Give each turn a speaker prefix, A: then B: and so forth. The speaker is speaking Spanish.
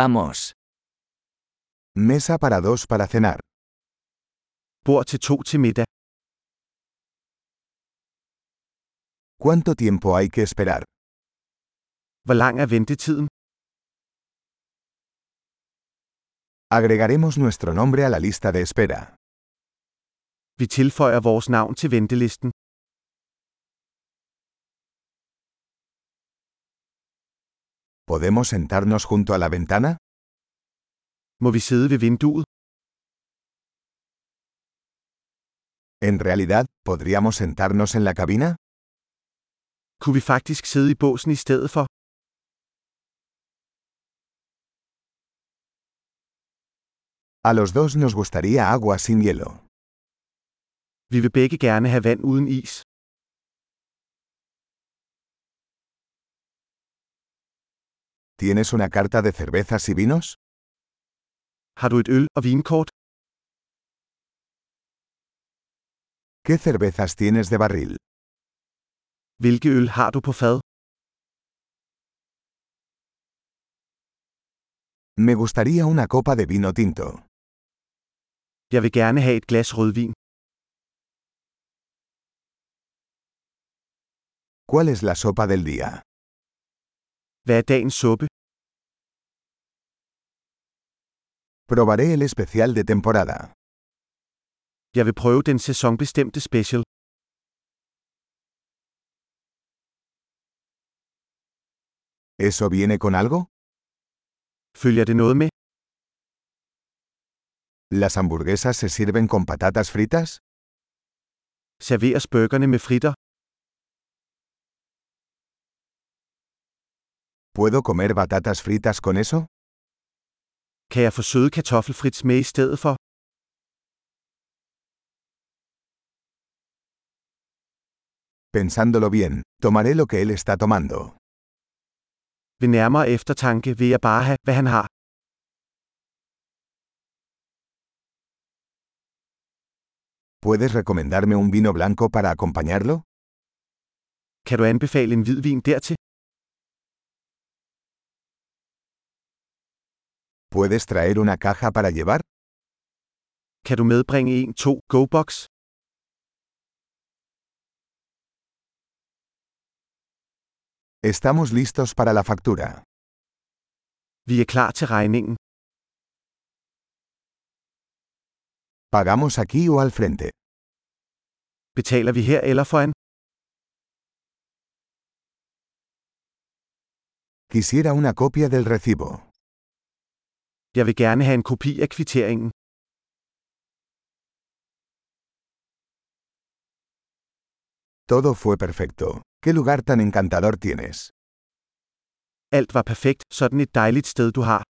A: Vamos.
B: Mesa para dos para cenar.
C: Bord til to til middag.
B: ¿Cuánto tiempo hay que esperar?
C: Hvor lang er ventetiden?
B: Agregaremos nuestro nombre a la lista de espera.
C: Vi tilføjer vores navn til ventelisten.
B: ¿Podemos sentarnos junto a la ventana?
C: Må vi sidde ved vinduet?
B: En realidad, ¿podríamos sentarnos en la cabina?
C: Kunne vi faktisk sidde i båsen i stedet for?
B: A los dos nos gustaría agua sin hielo.
C: Vi vil begge gerne have vand uden is.
B: ¿Tienes una carta de cervezas y vinos?
C: Har du et øl og vinkort?
B: ¿Qué cervezas tienes de barril?
C: Hvilke øl har du på fad?
B: Me gustaría una copa de vino tinto.
C: Jeg vil gerne have et glas rødvin.
B: ¿Cuál es la sopa del día?
C: Hvad er dagens suppe?
B: Probaré el especial de temporada.
C: Jeg vil prøve den sæsonbestemte special.
B: ¿Eso viene con algo?
C: Følger det noget med?
B: ¿Las hamburguesas se sirven con patatas fritas?
C: Serveres burgerne med fritter?
B: ¿Puedo comer batatas fritas con eso?
C: Kan jeg få søde kartoffelfrits med i stedet for?
B: Pensándolo bien, tomaré lo que él está tomando.
C: Ved nærmere eftertanke vil jeg bare have, hvad han har.
B: ¿Puedes recomendarme un vino blanco para acompañarlo?
C: Kan du anbefale en hvidvin dertil?
B: ¿Puedes traer una caja para llevar?
C: Kan du medbringe en 2 GoBox?
B: Estamos listos para la factura.
C: Vi er klar til regningen.
B: ¿Pagamos aquí o al frente?
C: Betaler vi her eller foran?
B: Quisiera una copia del recibo.
C: Jeg vil gerne have en kopi af kvitteringen.
B: Todo fue perfecto. ¿Qué lugar tan encantador tienes?
C: Alt var perfekt, sådan et dejligt sted du har.